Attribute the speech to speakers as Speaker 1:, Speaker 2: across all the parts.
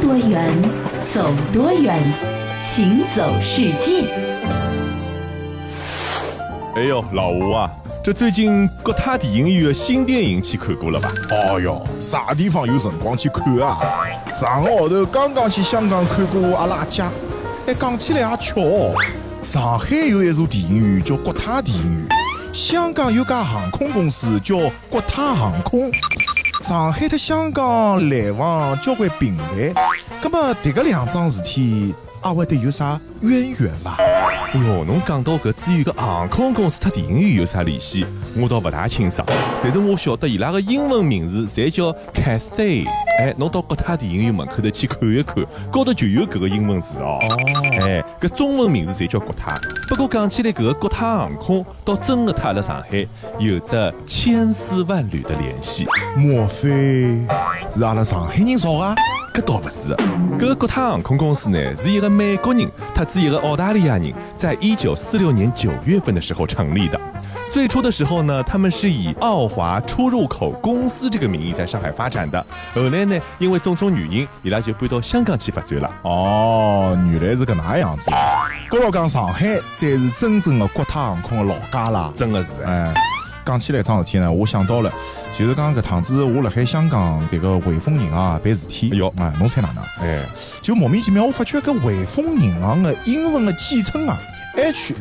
Speaker 1: 多远，走多远，行走世界。
Speaker 2: 哎哟，老吴啊，这最近国泰电影院的新电影去看过了吧？
Speaker 3: 哎哟，啥地方有辰光去看啊？上个号头刚刚去香港看过《阿拉家》，哎，讲起来也巧哦，上海有一座电影院叫国泰电影院，香港有家航空公司叫国泰航空。上海和香港来往交关频繁，那么迭个两桩事体，阿会得有啥渊源伐？
Speaker 2: 哎哟，侬讲到搿至于搿航空公司和电影院有啥联系，我倒勿大清爽。但是我晓得伊拉个英文名字侪叫 cafe。哎，侬到国泰电影院门口头去看一看，高头就有搿个英文字哦。哎，搿中文名字侪叫国泰。不过讲起来，搿个国泰航空倒真个和阿拉上海有着千丝万缕的联系。
Speaker 3: 莫非是阿拉上海人造啊？
Speaker 2: 搿倒勿是，啊搿个国泰航空公司呢，是一个美国人，他是一个澳大利亚人，在一九四六年九月份的时候成立的。最初的时候呢，他们是以澳华出入口公司这个名义在上海发展的。后来呢，因为种种原因，伊拉就搬到香港去发展了。
Speaker 3: 哦，原来是搿能样子。搿要讲上海才是真正的国泰航空的老家啦。
Speaker 2: 真的是哎，
Speaker 3: 哎，讲起来一桩事体呢，我想到了，就是讲搿趟子我辣海香港迭个汇丰银行啊办事体。
Speaker 2: 哎哟
Speaker 3: 哎，侬猜哪能？
Speaker 2: 哎，
Speaker 3: 就莫名其妙，我发觉搿汇丰银行的英文的简称啊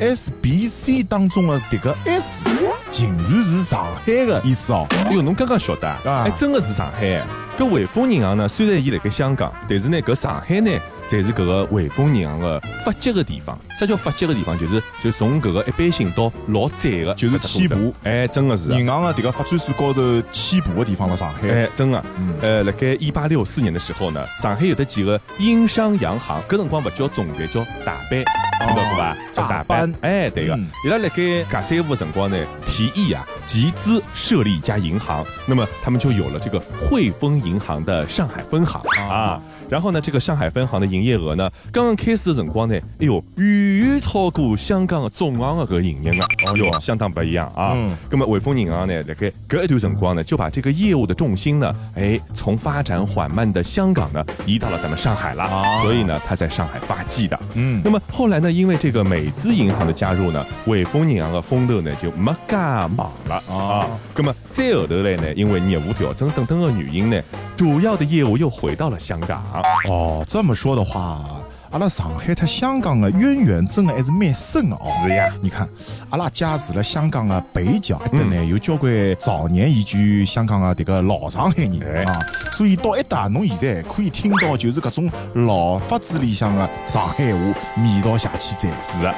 Speaker 3: ，HSBC 当中的迭个 S，竟然是上海的意思哦。
Speaker 2: 哎哟，侬刚刚晓得啊
Speaker 3: 啊？
Speaker 2: 哎，真的是上海哎。搿汇丰银行呢，虽然伊辣盖香港，但是呢，搿上海呢，才是搿个汇丰银行的发迹的地方。啥叫发迹的地方？就是就是从搿个一般性到老窄的，
Speaker 3: 就是起步。
Speaker 2: 哎，真的是啊。
Speaker 3: 银行的迭个发展史高头起步的地方辣上海。
Speaker 2: 哎，真的，呃，辣盖一八六四年的时候呢，上海有得几个英商洋行，搿辰光勿叫总裁，叫大班，听到过伐？叫大
Speaker 3: 哦大班
Speaker 2: 班。哎，对个
Speaker 3: 嗯，
Speaker 2: 伊拉辣盖噶三五辰光呢，提议啊集资设立一家银行，那么他们就有了这个汇丰银行的上海分行啊
Speaker 3: 啊。
Speaker 2: 然后呢，这个上海分行的营业额呢，刚刚开始的辰光呢，哎哟，远远超过香港的总行的搿个营业额，哎哟，相当不一样啊。
Speaker 3: 嗯
Speaker 2: 那么汇丰银行呢，辣盖搿一段辰光呢，就把这个业务的重心呢，哎，从发展缓慢的香港呢，移到了咱们上海了。
Speaker 3: 啊
Speaker 2: 所以呢，它在上海发迹的。
Speaker 3: 嗯
Speaker 2: 那么后来呢，因为这个美资银行的加入呢，汇丰银行的风头呢就没介猛了啊
Speaker 3: 啊。
Speaker 2: 那么再后头来呢，因为业务调整等等的原因呢，主要的业务又回到了香港。
Speaker 3: 哦，这么说的话，阿拉上海和香港的渊源真的还是蛮深的哦。
Speaker 2: 是呀，
Speaker 3: 你看，阿拉家住了香港的
Speaker 4: 啊
Speaker 3: 北角，一搭
Speaker 4: 嗯
Speaker 3: 呢有交关早年移居香港
Speaker 4: 啊
Speaker 3: 的迭个老上海
Speaker 2: 哎
Speaker 3: 人啊，所以到一搭侬现在可以听到就是搿种老法子里向的上海话味道邪气在。
Speaker 2: 是啊。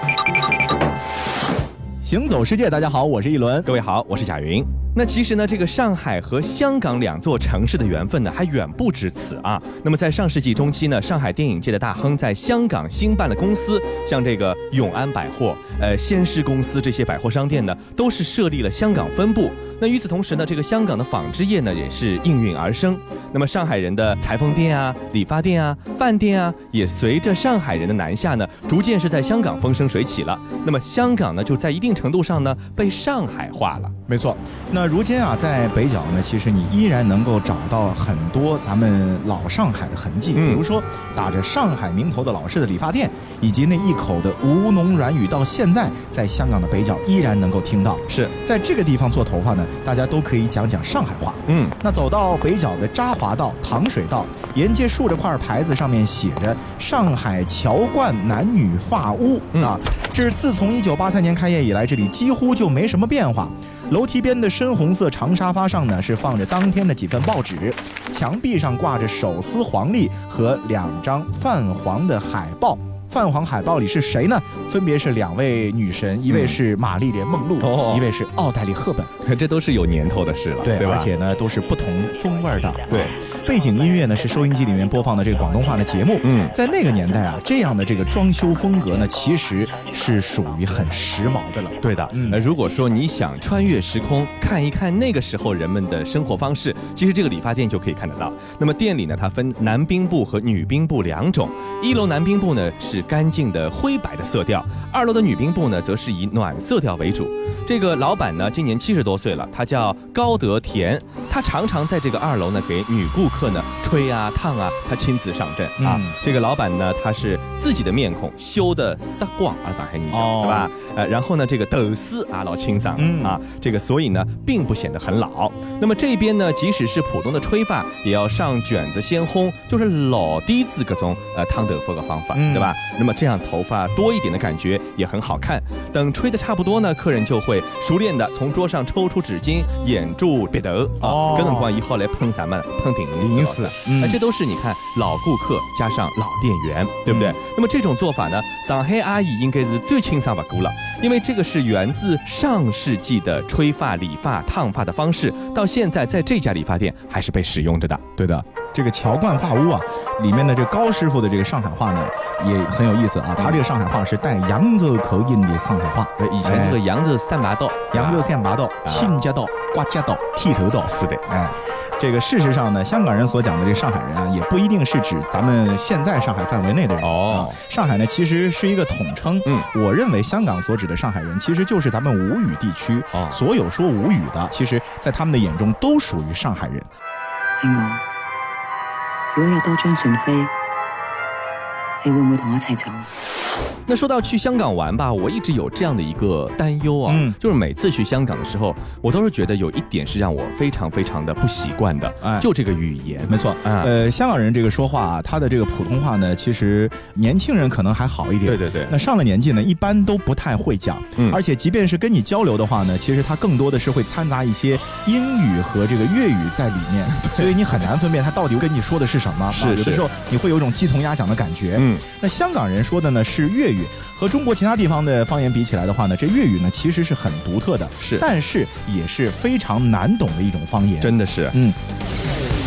Speaker 4: 行走世界，大家好，我是一轮。
Speaker 2: 各位好，我是贾云。那其实呢，这个上海和香港两座城市的缘分呢，还远不止此啊。那么在上世纪中期呢，上海电影界的大亨在香港兴办了公司，像这个永安百货、呃先施公司这些百货商店呢，都是设立了香港分部。那与此同时呢，这个香港的纺织业呢，也是应运而生。那么上海人的裁缝店啊、理发店啊、饭店啊，也随着上海人的南下呢，逐渐是在香港风生水起了。那么香港呢，就在一定程度上呢，被上海化了。
Speaker 4: 没错，那如今啊，在北角呢，其实你依然能够找到很多咱们老上海的痕迹，
Speaker 2: 嗯
Speaker 4: 比如说打着上海名头的老式的理发店，以及那一口的吴侬软语，到现在在香港的北角依然能够听到。
Speaker 2: 是，
Speaker 4: 在这个地方做头发呢，大家都可以讲讲上海话。
Speaker 2: 嗯，
Speaker 4: 那走到北角的扎华道、糖水道，沿街竖着块牌子，上面写着“上海侨冠男女发屋”
Speaker 2: 嗯
Speaker 4: 啊。这是自从1983年开业以来，这里几乎就没什么变化。楼梯边的深红色长沙发上呢，是放着当天的几份报纸，墙壁上挂着手撕黄历和两张泛黄的海报。泛黄海报里是谁呢？分别是两位女神，一位是玛丽莲·梦露，
Speaker 2: 嗯哦
Speaker 4: 一位是奥黛丽·赫本。
Speaker 2: 这都是有年头的事了，
Speaker 4: 对，
Speaker 2: 吧？
Speaker 4: 而且呢都是不同风味儿的。
Speaker 2: 对，
Speaker 4: 背景音乐呢是收音机里面播放的这个广东话的节目。
Speaker 2: 嗯
Speaker 4: 在那个年代啊，这样的这个装修风格呢，其实是属于很时髦的了。
Speaker 2: 对的，
Speaker 4: 嗯
Speaker 2: 呃，如果说你想穿越时空，看一看那个时候人们的生活方式，其实这个理发店就可以看得到。那么店里呢，它分男兵部和女兵部两种。一楼男兵部呢是干净的灰白的色调，二楼的女兵部呢，则是以暖色调为主。这个老板呢，今年七十多岁了，他叫高德田，他常常在这个二楼呢给女顾客呢吹啊烫啊，他亲自上阵啊。
Speaker 4: 嗯
Speaker 2: 这个老板呢，他是自己的面孔修的撒光啊，上海人讲、
Speaker 4: 哦
Speaker 2: 对吧？呃，然后呢，这个豆丝啊老清爽、
Speaker 4: 嗯
Speaker 2: 啊，这个所以呢，并不显得很老。那么这边呢，即使是普通的吹发，也要上卷子先烘，就是老底子各种呃烫头发的方法，
Speaker 4: 嗯
Speaker 2: 对吧？那么这样头发多一点的感觉也很好看。等吹的差不多呢，客人就会熟练的从桌上抽出纸巾掩住鼻头
Speaker 4: 哦
Speaker 2: 啊，搿辰光以后来喷咱们喷顶
Speaker 4: 顶
Speaker 2: 顶
Speaker 4: 丝
Speaker 2: 丝。
Speaker 4: 嗯
Speaker 2: 那这都是你看老顾客加上老店员，对不对？那么这种做法呢，上海阿姨应该是最清爽不过了，因为这个是源自上世纪的吹发、理发、烫发的方式，到现在在这家理发店还是被使用着的。
Speaker 4: 对的，这个乔冠发屋啊，里面的这高师傅的这个上海话呢，也很有意思啊。他这个上海话是带扬州口音的上海话，
Speaker 2: 对，以前这个扬州三麻道，
Speaker 4: 扬州
Speaker 2: 啊
Speaker 4: 县拔道、亲家道、刮家道、剃头道
Speaker 2: 是的。
Speaker 4: 哎，这个事实上呢，香港人所讲的这个上海人啊，也不一定是指咱们现在上海范围内的人。
Speaker 2: 哦
Speaker 4: 啊上海呢其实是一个统称。
Speaker 2: 嗯，
Speaker 4: 我认为香港所指的上海人，其实就是咱们吴语地区。
Speaker 2: 哦
Speaker 4: 所有说吴语的，其实在他们的眼中都属于上海人。
Speaker 5: 系我。如果有多张船飞，你会唔会同我一齐走？
Speaker 2: 那说到去香港玩吧，我一直有这样的一个担忧啊，
Speaker 4: 嗯
Speaker 2: 就是每次去香港的时候，我都是觉得有一点是让我非常非常的不习惯的，
Speaker 4: 哎
Speaker 2: 就这个语言。
Speaker 4: 没错，
Speaker 2: 啊
Speaker 4: 呃，香港人这个说话啊，他的这个普通话呢，其实年轻人可能还好一点。
Speaker 2: 对对对，
Speaker 4: 那上了年纪呢，一般都不太会讲，
Speaker 2: 嗯
Speaker 4: 而且即便是跟你交流的话呢，其实他更多的是会掺杂一些英语和这个粤语在里 面，所以你很难分辨他到底跟你说的是什么。
Speaker 2: 是
Speaker 4: 啊有的
Speaker 2: 是
Speaker 4: 时候你会有一种鸡同鸭讲的感觉。
Speaker 2: 嗯，
Speaker 4: 那香港人说的呢是粤语，和中国其他地方的方言比起来的话呢，这粤语呢其实是很独特的，
Speaker 2: 是
Speaker 4: 但是也是非常难懂的一种方言。
Speaker 2: 真的是。
Speaker 4: 嗯，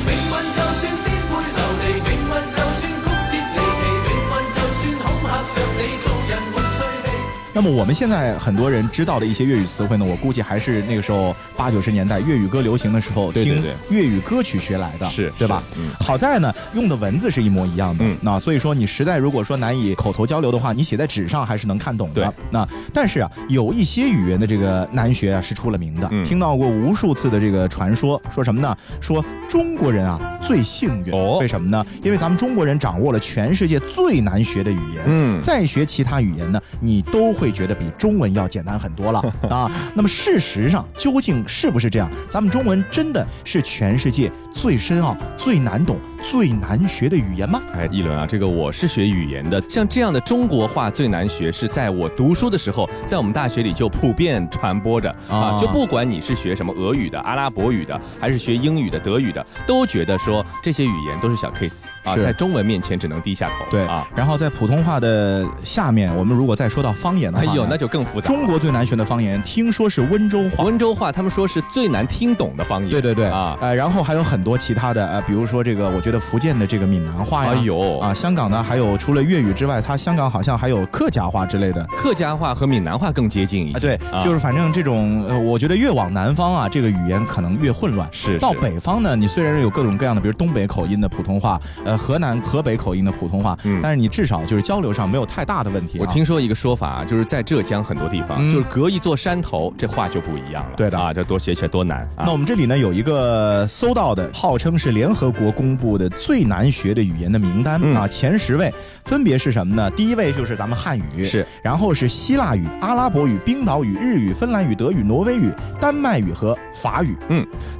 Speaker 6: 命运就算颠沛流离，命运就算曲折离奇，命运就算恐嚇着你，做人沒趣味。
Speaker 4: 那么我们现在很多人知道的一些粤语词汇呢，我估计还是那个时候八九十年代粤语歌流行的时候
Speaker 2: 对对
Speaker 4: 听
Speaker 2: 对
Speaker 4: 粤语歌曲学来的，
Speaker 2: 是
Speaker 4: 对吧？
Speaker 2: 是嗯
Speaker 4: 好在呢，用的文字是一模一样的，
Speaker 2: 嗯
Speaker 4: 那所以说你实在如果说难以口头交流的话，你写在纸上还是能看懂的
Speaker 2: 对。
Speaker 4: 那但是啊，有一些语言的这个难学啊是出了名的，
Speaker 2: 嗯
Speaker 4: 听到过无数次的这个传说，说什么呢？说中国人啊最幸运，
Speaker 2: 哦
Speaker 4: 为什么呢？因为咱们中国人掌握了全世界最难学的语言，
Speaker 2: 嗯
Speaker 4: 再学其他语言呢，你都会觉得比中文要简单很 多了啊。那么事实上究竟是不是这样？咱们中文真的是全世界最深奥、最难懂、最难学的语言吗？
Speaker 2: 哎，议论啊，这个我是学语言的，像这样的中国话最难学，是在我读书的时候，在我们大学里就普遍传播着
Speaker 4: 啊
Speaker 2: 啊，就不管你是学什么俄语的、阿拉伯语的，还是学英语的、德语的，都觉得说这些语言都是小 case 啊，
Speaker 4: 是
Speaker 2: 在中文面前只能低下头。
Speaker 4: 对
Speaker 2: 啊，
Speaker 4: 然后在普通话的下面，我们如果再说到方言的
Speaker 2: 哎
Speaker 4: 话呢，
Speaker 2: 呦，那就更复杂了。
Speaker 4: 中国最难学的方言，听说是温州话。
Speaker 2: 温州话，他们说是最难听懂的方言。
Speaker 4: 对对对
Speaker 2: 啊，
Speaker 4: 呃，然后还有很多其他的，呃，比如说这个，我觉得福建的这个闽南话呀，
Speaker 2: 哎呦
Speaker 4: 啊，香港呢还有除了粤语之外，它香港好像还有客家话之类的，
Speaker 2: 客家话和闽南话更接近一
Speaker 4: 啊，
Speaker 2: 些。
Speaker 4: 对，就是反正这种，呃，我觉得越往南方啊，这个语言可能越混乱。
Speaker 2: 是
Speaker 4: 到
Speaker 2: 是
Speaker 4: 北方呢，你虽然有各种各样的，比如东北口音的普通话，呃，河南、河北口音的普通话，
Speaker 2: 嗯
Speaker 4: 但是你至少就是交流上没有太大的问题、啊。
Speaker 2: 我听说一个说法啊，就是在浙江很多地方，
Speaker 4: 嗯
Speaker 2: 就是隔一座山头，这话就不一样了。
Speaker 4: 对的
Speaker 2: 啊，这多写起来多难啊
Speaker 4: 那。我们这里呢有一个搜到的，号称是联合国公布的最难学的语言的名单、
Speaker 2: 嗯
Speaker 4: 啊，前十位分别是什么呢？第一位就是咱们汉语，
Speaker 2: 是，
Speaker 4: 然后是希腊语、阿拉伯语、冰岛语、日语、芬兰语、德语、挪威语、丹麦语和法语。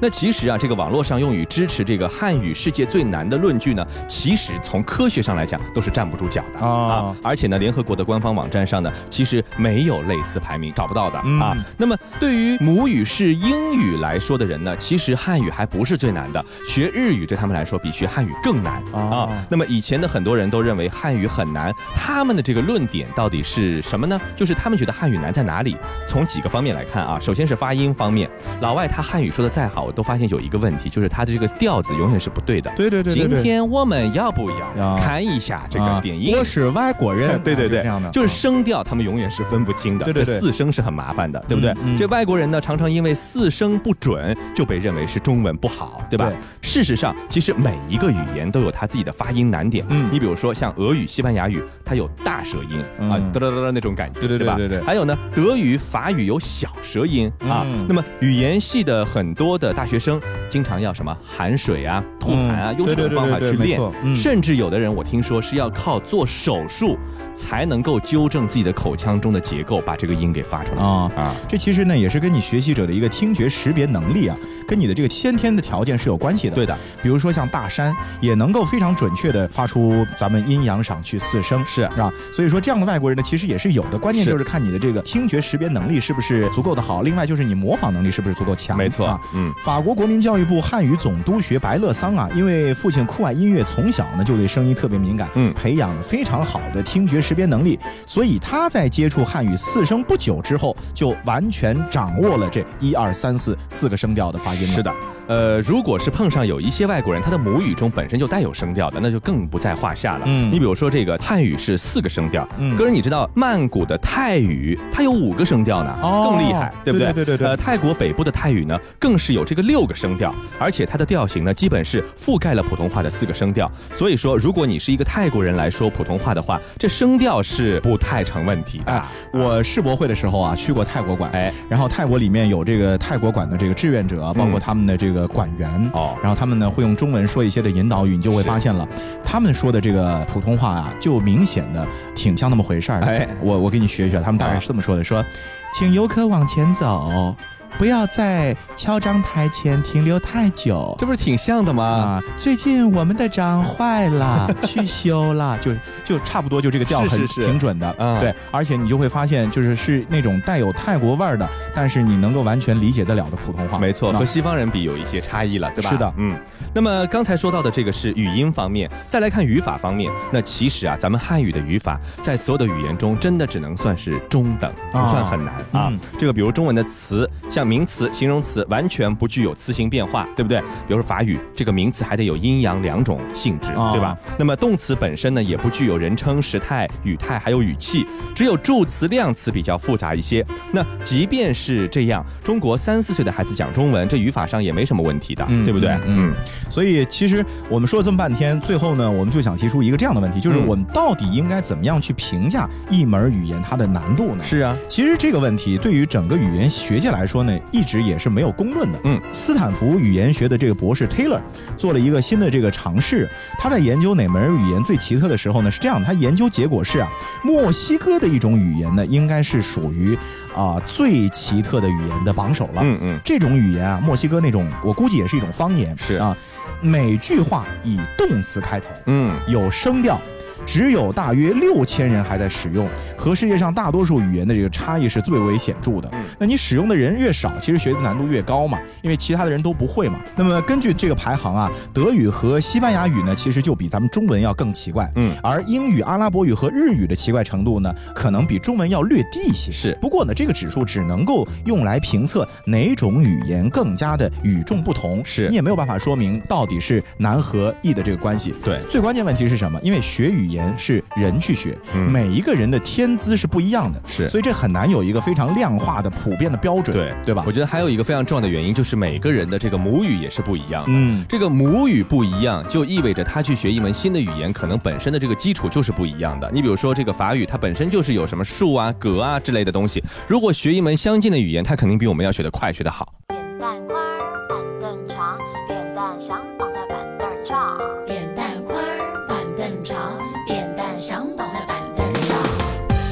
Speaker 2: 那其实啊，这个网络上用于支持这个汉语世界最难的论据呢，其实从科学上来讲都是站不住脚的、
Speaker 4: 哦
Speaker 2: 啊。而且呢，联合国的官方网站上呢，其实没有类似排名，找不到的、
Speaker 4: 嗯
Speaker 2: 啊。那么对于母语是英语来说的人呢，其实汉语还不是最难的，学日语对他们来说比学汉语更难、
Speaker 4: 哦
Speaker 2: 啊。那么以前的很多人都认为汉语很难，他们的这个论点到底是什么呢？就是他们觉得汉语难在哪里？从几个方面来看啊，首先是发音方面，老外他汉语说的再好，我都发现有一个问题，就是他的这个调子永远是不对的。
Speaker 4: 对对对对对
Speaker 2: 今天我们要不
Speaker 4: 啊
Speaker 2: 要看一下这个点音？，
Speaker 4: 啊我是外国人
Speaker 2: 对对
Speaker 4: 啊
Speaker 2: 对，
Speaker 4: 就这样的，
Speaker 2: 就是
Speaker 4: 啊
Speaker 2: 声调，他们永远是分不清的。
Speaker 4: 对对对
Speaker 2: 这四声是很麻烦的，对不对
Speaker 4: 嗯嗯？
Speaker 2: 这外国人呢，常常因为四声不准就被认为是中文不好，对吧
Speaker 4: 对？
Speaker 2: 事实上，其实每一个语言都有它自己的发音难点。
Speaker 4: 嗯
Speaker 2: 你比如说像俄语、西班牙语，它有大舌音啊
Speaker 4: 嗯，
Speaker 2: 哒哒哒哒那种感觉，
Speaker 4: 对对对
Speaker 2: 吧？
Speaker 4: 对对
Speaker 2: 还有呢，德语、法语有小舌音啊
Speaker 4: 嗯。
Speaker 2: 那么语言系的很多的大学生经常要什么含水啊、吐痰啊，
Speaker 4: 嗯
Speaker 2: 用这种
Speaker 4: 对对对
Speaker 2: 方法
Speaker 4: 对对
Speaker 2: 去
Speaker 4: 没
Speaker 2: 练
Speaker 4: 错嗯。
Speaker 2: 甚至有的人我听说是要靠做手术才能够纠正自己的口腔中的结构，把这个音给发出来
Speaker 4: 啊
Speaker 2: 啊。
Speaker 4: 这其实呢，也是跟你学习者的一个听觉识别能力啊，跟你的这个先天的条件是有关系的。
Speaker 2: 对的，
Speaker 4: 比如说像大山，也能够非常准确的发出咱们阴阳上去四声，
Speaker 2: 是
Speaker 4: 啊。所以说这样的外国人呢，其实也是有的，关键
Speaker 2: 是
Speaker 4: 就是看你的这个听觉识别能力是不是足够的好，另外就是你模仿能力是不是足够强。
Speaker 2: 没错
Speaker 4: 啊，
Speaker 2: 嗯。
Speaker 4: 法国国民教育部汉语总督学白乐桑啊，因为父亲酷爱音乐，从小呢就对声音特别敏感，
Speaker 2: 嗯
Speaker 4: 培养了非常好的听觉识别能力，所以他在接触汉语四声不久之后，就完全掌握了这一二三四四个声调的发音了。
Speaker 2: 是的，呃，如果是碰上有一些外国人，他的母语中本身就带有声调的，那就更不在话下了。
Speaker 4: 嗯
Speaker 2: 你比如说这个汉语是四个声调，
Speaker 4: 嗯
Speaker 2: 可是你知道曼谷的泰语它有五个声调呢，
Speaker 4: 哦
Speaker 2: 更厉害，对不对？
Speaker 4: 对对对对对
Speaker 2: 呃，泰国北部的泰语呢，更是有这个六个声调，而且它的调型呢，基本是覆盖了普通话的四个声调。所以说，如果你是一个泰国人来说普通话的话，这声调是不太成问题的。
Speaker 4: 哎，我世博会的时候啊，去过泰国馆，
Speaker 2: 哎，
Speaker 4: 然后泰国里面有这个泰国馆的这个志愿者啊，包括他们的这个馆员，
Speaker 2: 嗯哦
Speaker 4: 然后他们呢会用中文说一些的引导语，你就会发现了，他们说的这个普通话啊，就明显的挺像那么回事儿的。
Speaker 2: 哎
Speaker 4: 我我给你学一学，他们大概是这么说的：说，请游客往前走，不要在敲章台前停留太久。
Speaker 2: 这不是挺像的吗？
Speaker 4: 啊，最近我们的掌 坏了，去修了，就就差不多就这个调
Speaker 2: 是
Speaker 4: 很
Speaker 2: 是是
Speaker 4: 挺准的，
Speaker 2: 嗯
Speaker 4: 对，而且你就会发现，就是是那种带有泰国味儿的，但是你能够完全理解得了的普通话，
Speaker 2: 没错，
Speaker 4: 那
Speaker 2: 和西方人比有一些差异了，对吧？
Speaker 4: 啊是的
Speaker 2: 嗯。那么刚才说到的这个是语音方面，再来看语法方面，那其实啊，咱们汉语的语法在所有的语言中，真的只能算是中等，不
Speaker 4: 啊
Speaker 2: 算很难啊。
Speaker 4: 嗯
Speaker 2: 这个比如中文的词，像名词、形容词，完全不具有词形变化，对不对？比如说法语，这个名词还得有阴阳两种性质，
Speaker 4: 啊
Speaker 2: 对吧？那么动词本身呢，也不具有人称、时态、语态还有语气，只有助词、量词比较复杂一些。那即便是这样，中国三四岁的孩子讲中文，这语法上也没什么问题的，
Speaker 4: 嗯
Speaker 2: 对不对？
Speaker 4: 嗯，所以其实我们说了这么半天，最后呢，我们就想提出一个这样的问题，就是
Speaker 2: 嗯
Speaker 4: 我们到底应该怎么样去评价一门语言它的难度呢？
Speaker 2: 是啊，
Speaker 4: 其实这个问题对于整个语言学界来说呢，一直也是没有公论的。
Speaker 2: 嗯，
Speaker 4: 斯坦福语言学的这个博士 Taylor 做了一个新的这个尝试，他在研究哪门语言最奇特的时候呢，是这样的，他研究结果是啊，墨西哥的一种语言呢，应该是属于啊、最奇特的语言的榜首了。
Speaker 2: 嗯嗯，
Speaker 4: 这种语言啊，墨西哥那种，我估计也是一种方言，
Speaker 2: 是
Speaker 4: 啊，每句话以动词开头，
Speaker 2: 嗯，
Speaker 4: 有声调，只有大约六千人还在使用，和世界上大多数语言的这个差异是最为显著
Speaker 2: 嗯
Speaker 4: 的。那你使用的人越少，其实学的难度越高嘛，因为其他的人都不会嘛。那么根据这个排行啊，德语和西班牙语呢，其实就比咱们中文要更奇怪，
Speaker 2: 嗯
Speaker 4: 而英语、阿拉伯语和日语的奇怪程度呢，可能比中文要略低一些。
Speaker 2: 是
Speaker 4: 不过呢，这个指数只能够用来评测哪种语言更加的与众不同，
Speaker 2: 是
Speaker 4: 你也没有办法说明到底是难和易的这个关系。
Speaker 2: 对
Speaker 4: 最关键问题是什么？因为学语言是人去学，
Speaker 2: 嗯
Speaker 4: 每一个人的天资是不一样的，
Speaker 2: 是
Speaker 4: 所以这很难有一个非常量化的普遍的标准，
Speaker 2: 对
Speaker 4: 对吧
Speaker 2: 我？觉得还有一个非常重要的原因就是每个人的这个母语也是不一样的。
Speaker 4: 嗯，
Speaker 2: 这个母语不一样，就意味着他去学一门新的语言，可能本身的这个基础就是不一样的。你比如说这个法语，它本身就是有什么树啊、格啊之类的东西。如果学一门相近的语言，它肯定比我们要学得快、学得好。
Speaker 7: 扁担宽儿，板凳长，扁担想绑在板凳上。
Speaker 1: 扁担宽儿，板凳长，扁担想绑在板凳上。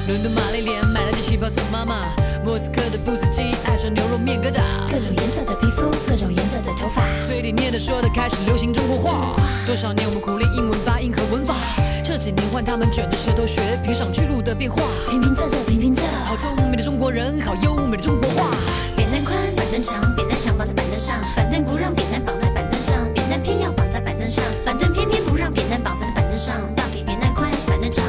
Speaker 8: 伦敦玛丽莲买了件旗袍送妈妈，莫斯科的夫斯基爱上牛肉面疙瘩，
Speaker 7: 各种颜色的皮肤，各种颜色的头发。
Speaker 8: 嘴里念的说的开始流行中国话。多少年我们苦练英文发音和文法，这几年换他们卷着舌头学评赏巨鹿的变化。
Speaker 7: 平平仄仄，平平仄。
Speaker 8: 好聪明的中国人，好优美的中国话。
Speaker 7: 扁担宽，板凳长，扁担想绑在板凳上，板凳不让扁担绑在板凳上，扁担偏要绑在板凳上，板凳偏偏不让扁担绑在板凳上。到底扁担宽还是板凳长？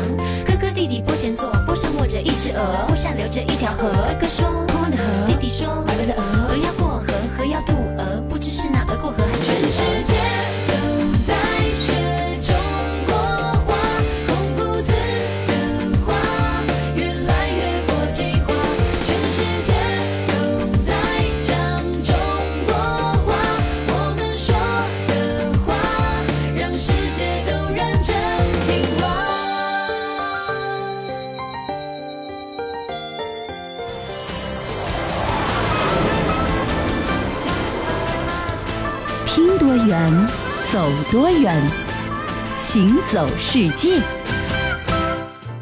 Speaker 7: 哥哥弟弟坡前坐，坡上卧着一只鹅，坡下流着一条河。哥哥说空空的河，弟弟说鹅鹅的鹅，鹅要过河，河要渡鹅，不知是哪鹅过河还是全世界都在学中国话，孔夫子的话越来越国际化，全世界都在讲中国话，我们说的
Speaker 1: 南走多远，行走世界。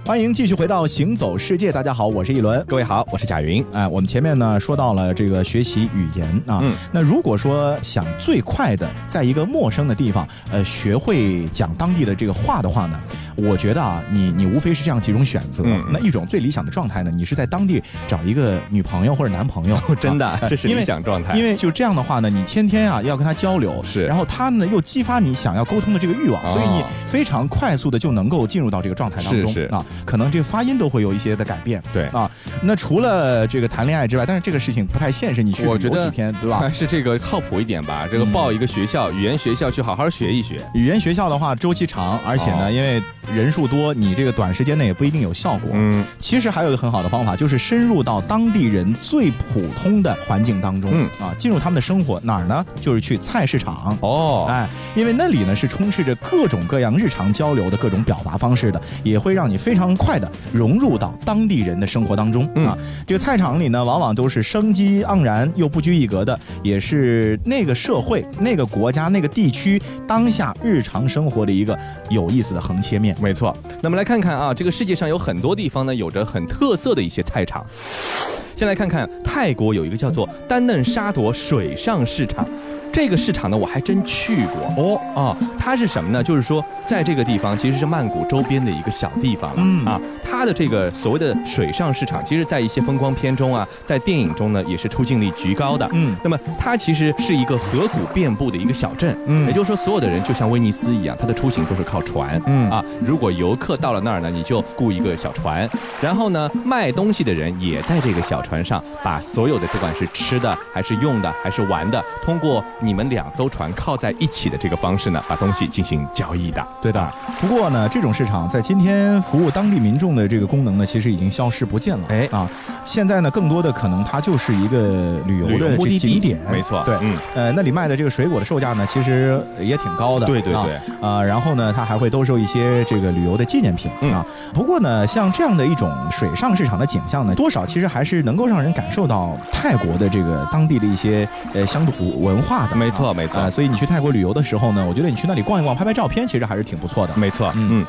Speaker 4: 欢迎继续回到《行走世界》，大家好，我是一轮。
Speaker 2: 各位好，我是贾云。
Speaker 4: 哎，我们前面呢说到了这个学习语言啊，
Speaker 2: 嗯
Speaker 4: 那如果说想最快的在一个陌生的地方，呃，学会讲当地的这个话的话呢，我觉得啊，你你无非是这样几种选择。
Speaker 2: 嗯嗯
Speaker 4: 那一种最理想的状态呢，你是在当地找一个女朋友或者男朋友，
Speaker 2: 真的
Speaker 4: 啊呃，
Speaker 2: 这是
Speaker 4: 因
Speaker 2: 理
Speaker 4: 为
Speaker 2: 想状态。
Speaker 4: 因为就这样的话呢，你天天啊要跟他交流，
Speaker 2: 是
Speaker 4: 然后他呢又激发你想要沟通的这个欲望，
Speaker 2: 哦
Speaker 4: 所以你非常快速的就能够进入到这个状态当中
Speaker 2: 是是
Speaker 4: 啊，可能这个发音都会有一些的改变。
Speaker 2: 对
Speaker 4: 啊，那除了这个谈恋爱之外，但是这个事情不太现实，你去
Speaker 2: 我
Speaker 4: 旅
Speaker 2: 觉
Speaker 4: 游
Speaker 2: 得
Speaker 4: 几天，对吧
Speaker 2: 还？是这个靠谱一点吧，这个报一个学校，语言学校去好好学一学。
Speaker 4: 语言学校的话，周期长，而且呢，
Speaker 2: 哦
Speaker 4: 因为人数多，你这个短时间内也不一定有效果。
Speaker 2: 嗯
Speaker 4: 其实还有一个很好的方法，就是深入到当地人最普通的环境当中，
Speaker 2: 嗯
Speaker 4: 啊，进入他们的生活哪儿呢？就是去菜市场。
Speaker 2: 哦，
Speaker 4: 哎，因为那里呢是充斥着各种各样日常交流的各种表达方式的，也会让你非常快的融入到当地人的生活当中、
Speaker 2: 嗯
Speaker 4: 啊。这个菜场里呢，往往都是生机盎然又不拘一格的，也是那个社会、那个国家、那个地区当下日常生活的一个有意思的横切面。
Speaker 2: 没错。那么来看看啊，这个世界上有很多地方呢，有着很特色的一些菜场。先来看看泰国有一个叫做丹嫩沙朵水上市场。这个市场呢，我还真去过哦哦，它是什么呢？就是说，在这个地方其实是曼谷周边的一个小地方了、
Speaker 4: 嗯
Speaker 2: 啊。它的这个所谓的水上市场，其实在一些风光片中啊，在电影中呢也是出镜率极高的。
Speaker 4: 嗯
Speaker 2: 那么它其实是一个河谷遍布的一个小镇，
Speaker 4: 嗯
Speaker 2: 也就是说，所有的人就像威尼斯一样，它的出行都是靠船，
Speaker 4: 嗯
Speaker 2: 啊，如果游客到了那儿呢，你就雇一个小船，然后呢，卖东西的人也在这个小船上，把所有的不管是吃的还是用的还是玩的，通过你们两艘船靠在一起的这个方式呢，把东西进行交易的。
Speaker 4: 对的，不过呢，这种市场在今天服务当地民众的这个功能呢，其实已经消失不见了。
Speaker 2: 哎
Speaker 4: 啊，现在呢，更多的可能它就是一个旅游
Speaker 2: 旅游目
Speaker 4: 的这
Speaker 2: 的地
Speaker 4: 景点，
Speaker 2: 没错
Speaker 4: 对，
Speaker 2: 嗯
Speaker 4: 呃，那里卖的这个水果的售价呢，其实呃也挺高的。
Speaker 2: 对对
Speaker 4: 啊
Speaker 2: 对
Speaker 4: 啊、然后呢，它还会兜售一些这个旅游的纪念品、
Speaker 2: 嗯
Speaker 4: 啊。不过呢，像这样的一种水上市场的景象呢，多少其实还是能够让人感受到泰国的这个当地的一些呃乡土文化的。
Speaker 2: 没错
Speaker 4: 啊
Speaker 2: 没错
Speaker 4: 啊所以你去泰国旅游的时候呢，我觉得你去那里逛一逛、拍拍照片，其实还是挺不错的。
Speaker 2: 没错，
Speaker 4: 嗯
Speaker 2: 嗯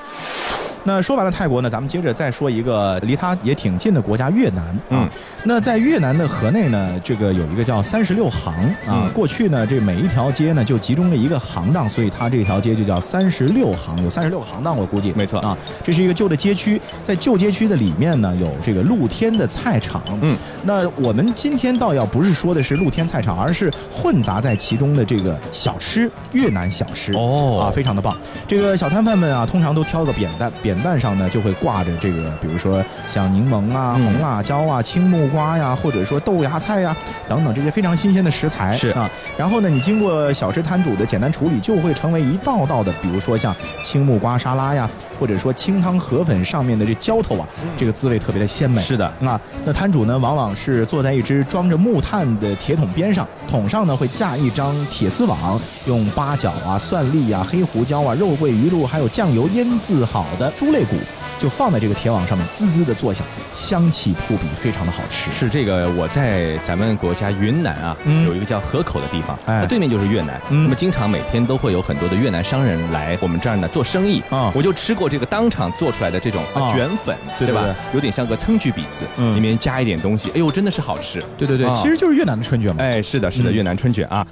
Speaker 4: 那说完了泰国呢，咱们接着再说一个离它也挺近的国家越南啊。
Speaker 2: 嗯
Speaker 4: 那在越南的河内呢，这个有一个叫三十六行啊。
Speaker 2: 嗯
Speaker 4: 过去呢，这每一条街呢就集中了一个行当，所以它这条街就叫三十六行，有三十六个行当，我估计。
Speaker 2: 没错
Speaker 4: 啊，这是一个旧的街区，在旧街区的里面呢有这个露天的菜场。
Speaker 2: 嗯，
Speaker 4: 那我们今天倒要不是说的是露天菜场，而是混杂在其中的这个小吃，越南小吃。
Speaker 2: 哦
Speaker 4: 啊，非常的棒。这个小摊贩们啊，通常都挑个扁担，扁担上呢就会挂着这个，比如说像柠檬啊、
Speaker 2: 嗯
Speaker 4: 红辣椒啊、青木瓜呀，或者说豆芽菜呀等等这些非常新鲜的食材
Speaker 2: 是
Speaker 4: 啊。然后呢，你经过小吃摊主的简单处理，就会成为一道道的，比如说像青木瓜沙拉呀，或者说清汤河粉上面的这浇头啊，
Speaker 2: 嗯
Speaker 4: 这个滋味特别的鲜美。
Speaker 2: 是的，
Speaker 4: 啊，那摊主呢，往往是坐在一只装着木炭的铁桶边上，桶上呢会架一张铁丝网，用八角啊、蒜粒啊、黑胡椒啊、肉桂、鱼露还有酱油腌制好的猪肋骨，就放在这个铁网上面，滋滋的作响，香气扑鼻，非常的好吃。
Speaker 2: 是这个，我在咱们国家云南啊，
Speaker 4: 嗯
Speaker 2: 有一个叫河口的地方，
Speaker 4: 哎
Speaker 2: 它对面就是越南。
Speaker 4: 嗯
Speaker 2: 那么经常每天都会有很多的越南商人来我们这儿呢做生意。
Speaker 4: 啊
Speaker 2: 我就吃过这个当场做出来的这种
Speaker 4: 啊
Speaker 2: 卷粉，
Speaker 4: 对对
Speaker 2: 吧
Speaker 4: 对
Speaker 2: 有点像个噌菊比子，
Speaker 4: 嗯
Speaker 2: 里面加一点东西，哎呦，真的是好吃。
Speaker 4: 对对对，
Speaker 2: 啊
Speaker 4: 其实就是越南的春卷嘛。
Speaker 2: 哎，是的，是的，
Speaker 4: 嗯
Speaker 2: 越南春卷啊。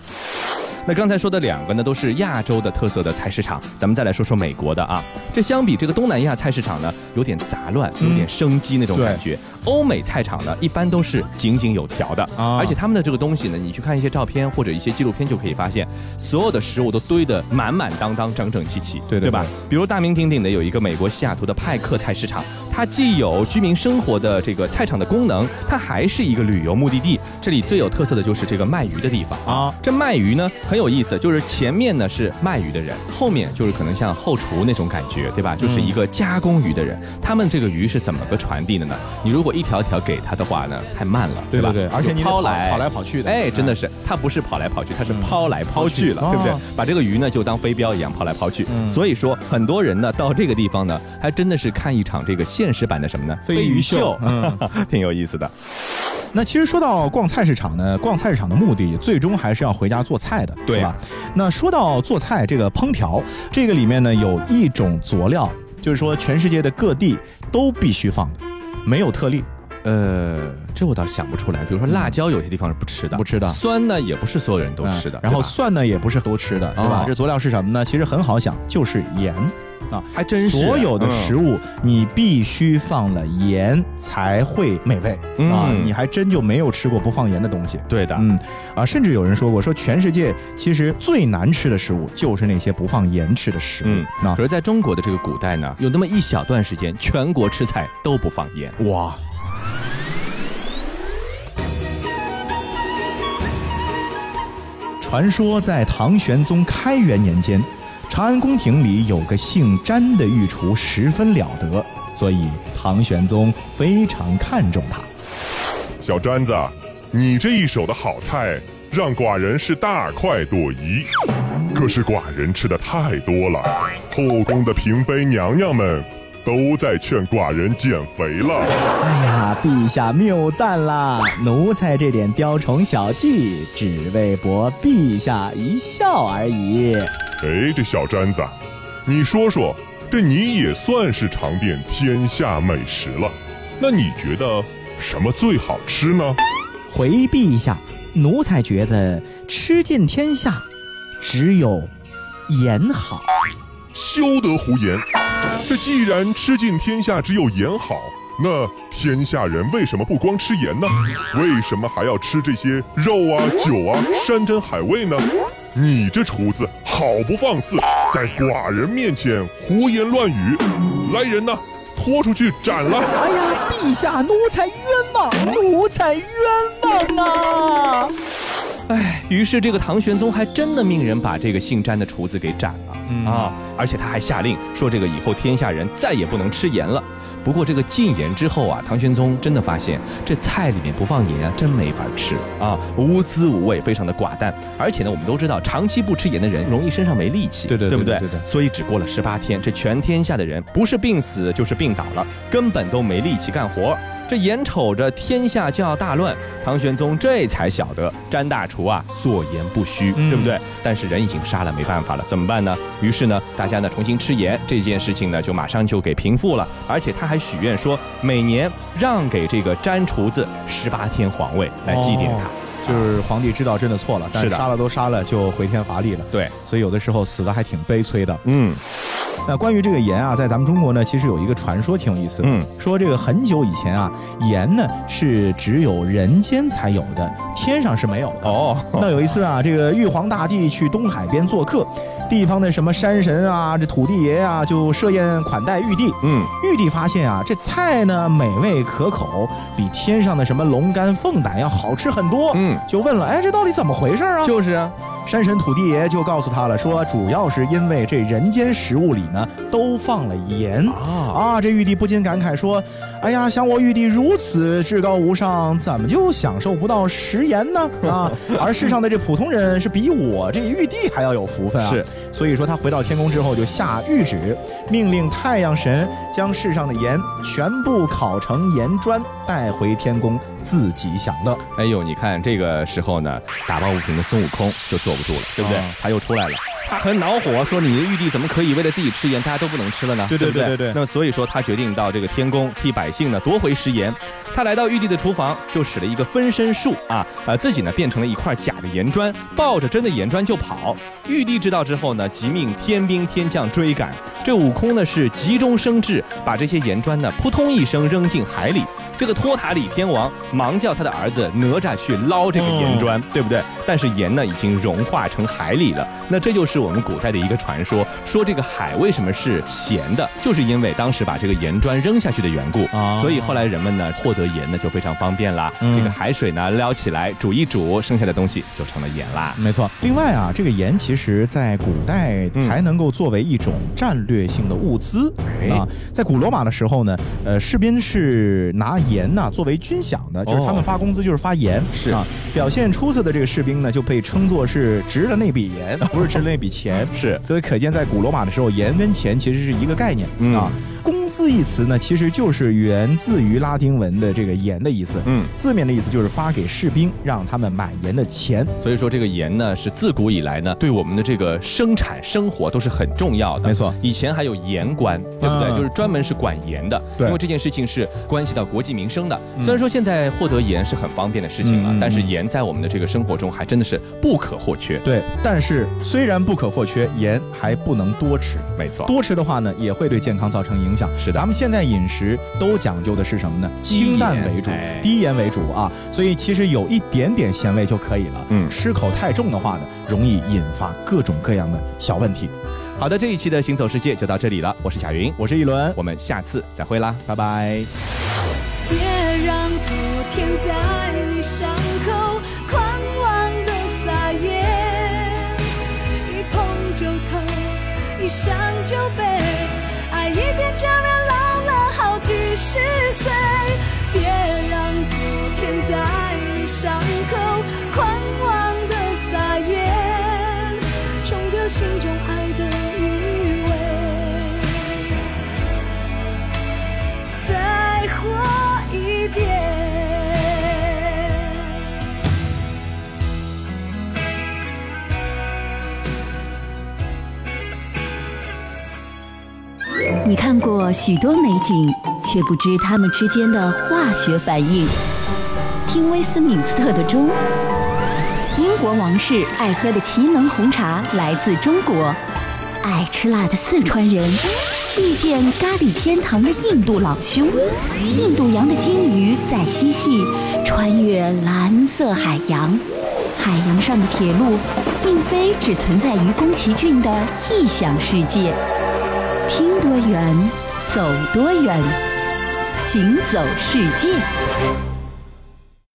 Speaker 2: 那刚才说的两个呢，都是亚洲的特色的菜市场，咱们再来说说美国的啊。这相比这个东南亚菜市场呢，有点杂乱，有
Speaker 4: 嗯
Speaker 2: 点生机那种
Speaker 4: 对
Speaker 2: 感觉。欧美菜场呢，一般都是井井有条的，
Speaker 4: 啊
Speaker 2: 而且他们的这个东西呢，你去看一些照片或者一些纪录片就可以发现，所有的食物都堆得满满当当、整整齐齐，
Speaker 4: 对对
Speaker 2: 对吧？比如大名鼎鼎的有一个美国西雅图的派克菜市场，它既有居民生活的这个菜场的功能，它还是一个旅游目的地。这里最有特色的就是这个卖鱼的地方
Speaker 4: 啊
Speaker 2: 这卖鱼呢很有意思，就是前面呢是卖鱼的人，后面就是可能像后厨那种感觉，对吧？就是一个加工鱼的人，他们这个鱼是怎么个传递的呢？你如果一条一条给他的话呢，太慢了，
Speaker 4: 对
Speaker 2: 吧？
Speaker 4: 对对而且
Speaker 2: 有
Speaker 4: 你得
Speaker 2: 抛
Speaker 4: 跑
Speaker 2: 来
Speaker 4: 跑来跑去的
Speaker 2: 哎，真的
Speaker 4: 哎
Speaker 2: 是，他不是跑来跑去，他是
Speaker 4: 嗯
Speaker 2: 抛来抛去了，
Speaker 4: 抛去
Speaker 2: 对不对
Speaker 4: 哦？
Speaker 2: 把这个鱼呢就当飞镖一样抛来抛去。
Speaker 4: 嗯
Speaker 2: 所以说，很多人呢到这个地方呢，还真的是看一场这个现实版的什么呢？
Speaker 4: 飞鱼秀嗯
Speaker 2: 飞鱼挺有意思的。
Speaker 4: 那其实说到逛菜市场呢，逛菜市场的目的最终还是要回家做菜的，
Speaker 2: 对
Speaker 4: 是吧？那说到做菜，这个烹调，这个里面呢有一种佐料，就是说全世界的各地都必须放的，没有特例。
Speaker 2: 呃，这我倒想不出来。比如说辣椒，有些地方是不吃的，
Speaker 4: 嗯不吃的
Speaker 2: 酸呢，也不是所有人都吃的。
Speaker 4: 嗯然后
Speaker 2: 对吧
Speaker 4: 蒜呢也不是都吃的，对吧
Speaker 2: 哦？
Speaker 4: 这佐料是什么呢？其实很好想，就是盐啊。
Speaker 2: 还真是
Speaker 4: 所有的
Speaker 2: 嗯
Speaker 4: 食物，你必须放了盐才会美味、啊！
Speaker 2: 嗯
Speaker 4: 你还真就没有吃过不放盐的东西。
Speaker 2: 对的，
Speaker 4: 嗯啊，甚至有人说过，说全世界其实最难吃的食物就是那些不放盐吃的食物。
Speaker 2: 嗯，
Speaker 4: 那
Speaker 2: 可是在中国的这个古代呢，有那么一小段时间，全国吃菜都不放盐。
Speaker 4: 哇，传说在唐玄宗开元年间，长安宫廷里有个姓詹的御厨十分了得，所以唐玄宗非常看重他。
Speaker 9: 小詹子，你这一手的好菜，让寡人是大快朵颐。可是寡人吃的太多了，后宫的嫔妃娘娘们都在劝寡人减肥了。
Speaker 4: 哎呀，陛下谬赞啦！奴才这点雕虫小技，只为博陛下一笑而已。
Speaker 9: 哎，这小詹子，你说说，这你也算是尝遍天下美食了，那你觉得什么最好吃呢？
Speaker 4: 回陛下，奴才觉得吃尽天下，只有盐好。
Speaker 9: 休得胡言！这既然吃尽天下只有盐好，那天下人为什么不光吃盐呢？为什么还要吃这些肉啊、酒啊、山珍海味呢？你这厨子好不放肆，在寡人面前胡言乱语！来人呐，拖出去斩了！
Speaker 4: 哎呀，陛下，奴才冤枉，奴才冤枉啊！
Speaker 2: 哎于是这个唐玄宗还真的命人把这个姓詹的厨子给斩了、
Speaker 4: 嗯
Speaker 2: 啊！而且他还下令说，这个以后天下人再也不能吃盐了。不过这个禁盐之后啊，唐玄宗真的发现这菜里面不放盐啊，真没法吃啊，无滋无味，非常的寡淡。而且呢，我们都知道，长期不吃盐的人容易身上没力气，
Speaker 4: 对对对
Speaker 2: 不
Speaker 4: 对对对
Speaker 2: 所以只过了十八天，这全天下的人不是病死就是病倒了，根本都没力气干活。这眼瞅着天下就要大乱，唐玄宗这才晓得詹大厨啊所言不虚，
Speaker 4: 嗯
Speaker 2: 对不对？但是人已经杀了，没办法了，怎么办呢？于是呢，大家呢重新吃盐这件事情呢，就马上就给平复了。而且他还许愿说，每年让给这个詹厨子十八天皇位来祭奠他。
Speaker 4: 哦就是皇帝知道真的错了，但
Speaker 2: 是
Speaker 4: 是
Speaker 2: 的
Speaker 4: 杀了都杀了，就回天乏力了。
Speaker 2: 对，
Speaker 4: 所以有的时候死的还挺悲催的。
Speaker 2: 嗯
Speaker 4: 那关于这个盐啊，在咱们中国呢，其实有一个传说挺有意思的，
Speaker 2: 嗯
Speaker 4: 说这个很久以前啊，盐呢是只有人间才有的，天上是没有的。
Speaker 2: 哦，
Speaker 4: 那有一次啊，这个玉皇大帝去东海边做客，地方的什么山神啊，这土地爷啊，就设宴款待玉帝。
Speaker 2: 嗯
Speaker 4: 玉帝发现啊，这菜呢美味可口，比天上的什么龙肝凤胆要好吃很多。
Speaker 2: 嗯，
Speaker 4: 就问了，哎，这到底怎么回事啊？
Speaker 2: 就是啊，
Speaker 4: 山神土地爷就告诉他了，说主要是因为这人间食物里呢都放了盐。
Speaker 2: 啊，
Speaker 4: 啊，这玉帝不禁感慨说：“哎呀，想我玉帝如此至高无上，怎么就享受不到食盐呢？啊，而世上的这普通人是比我这玉帝还要有福分啊！
Speaker 2: 是，
Speaker 4: 所以说他回到天宫之后就下谕旨，命令太阳神将世上的盐全部烤成盐砖，带回天宫自己享乐。
Speaker 2: 哎呦，你看这个时候呢，打抱不平的孙悟空就坐不住了，对不对？
Speaker 4: 啊
Speaker 2: 他又出来了，他很恼火，说你玉帝怎么可以为了自己吃盐，大家都不能吃了呢？
Speaker 4: 对
Speaker 2: 对
Speaker 4: 对
Speaker 2: 不
Speaker 4: 对对对
Speaker 2: 那么所以说，他决定到这个天宫替百姓呢夺回食盐。他来到玉帝的厨房，就使了一个分身术啊，呃，自己呢变成了一块假的盐砖，抱着真的盐砖就跑。玉帝知道之后呢，即命天兵天将追赶。这悟空呢是急中生智，把这些盐砖呢扑通一声扔进海里。这个托塔李天王忙叫他的儿子哪吒去捞这个盐砖，
Speaker 4: 嗯
Speaker 2: 对不对？但是盐呢已经融化成海里了。那这就是我们古代的一个传说，说这个海为什么是咸的，就是因为当时把这个盐砖扔下去的缘故。
Speaker 4: 啊
Speaker 2: 所以后来人们呢获得盐呢就非常方便啦。
Speaker 4: 嗯
Speaker 2: 这个海水呢撩起来煮一煮，剩下的东西就成了盐啦。
Speaker 4: 没错。另外啊，这个盐其实在古代
Speaker 2: 嗯
Speaker 4: 还能够作为一种战略性的物资、
Speaker 2: 哎
Speaker 4: 啊。在古罗马的时候呢，呃，士兵是拿盐呐、作为军饷的，就是他们发工资就是发盐、
Speaker 2: 哦是
Speaker 4: 啊。表现出色的这个士兵呢，就被称作是值了那笔 盐，不是值了那笔钱。
Speaker 2: 是
Speaker 4: 所以可见，在古罗马的时候，盐跟钱其实是一个概念、
Speaker 2: 嗯
Speaker 4: 啊。工字一词呢，其实就是源自于拉丁文的这个“盐”的意思。
Speaker 2: 嗯，
Speaker 4: 字面的意思就是发给士兵，让他们买盐的钱。
Speaker 2: 所以说这个盐呢，是自古以来呢，对我们的这个生产生活都是很重要的。
Speaker 4: 没错
Speaker 2: 以前还有盐官，对不对？
Speaker 4: 嗯
Speaker 2: 就是专门是管盐的，
Speaker 4: 对嗯
Speaker 2: 因为这件事情是关系到国计民生的。虽然说现在获得盐是很方便的事情了，啊
Speaker 4: 嗯嗯嗯
Speaker 2: 但是盐在我们的这个生活中还真的是不可或缺。
Speaker 4: 对，但是虽然不可或缺，盐还不能多吃。
Speaker 2: 没错，
Speaker 4: 多吃的话呢，也会对健康造成影响。
Speaker 2: 是的
Speaker 4: 咱们现在饮食都讲究的是什么呢？清淡为主
Speaker 2: 低盐哎，
Speaker 4: 低盐为主啊。所以其实有一点点咸味就可以了。
Speaker 2: 嗯
Speaker 4: 吃口太重的话呢，容易引发各种各样的小问题。
Speaker 2: 好的，这一期的行走世界就到这里了，我是贾云，
Speaker 4: 我是一轮，
Speaker 2: 我们下次再会啦。
Speaker 4: 拜拜。
Speaker 8: 别让昨天在你伤口狂妄的撒野，一碰就痛，一伤就悲，爱一遍就让老了好几十岁。别让昨天在你伤口狂妄的撒野，冲掉心中爱的余味。再活一遍。
Speaker 1: 你看过许多美景，却不知它们之间的化学反应。听威斯敏斯特的钟，英国王室爱喝的奇能红茶来自中国，爱吃辣的四川人遇见咖喱天堂的印度老兄，印度洋的鲸鱼在嬉戏，穿越蓝色海洋。海洋上的铁路，并非只存在于宫崎骏的异想世界。听多远，走多远，行走世界。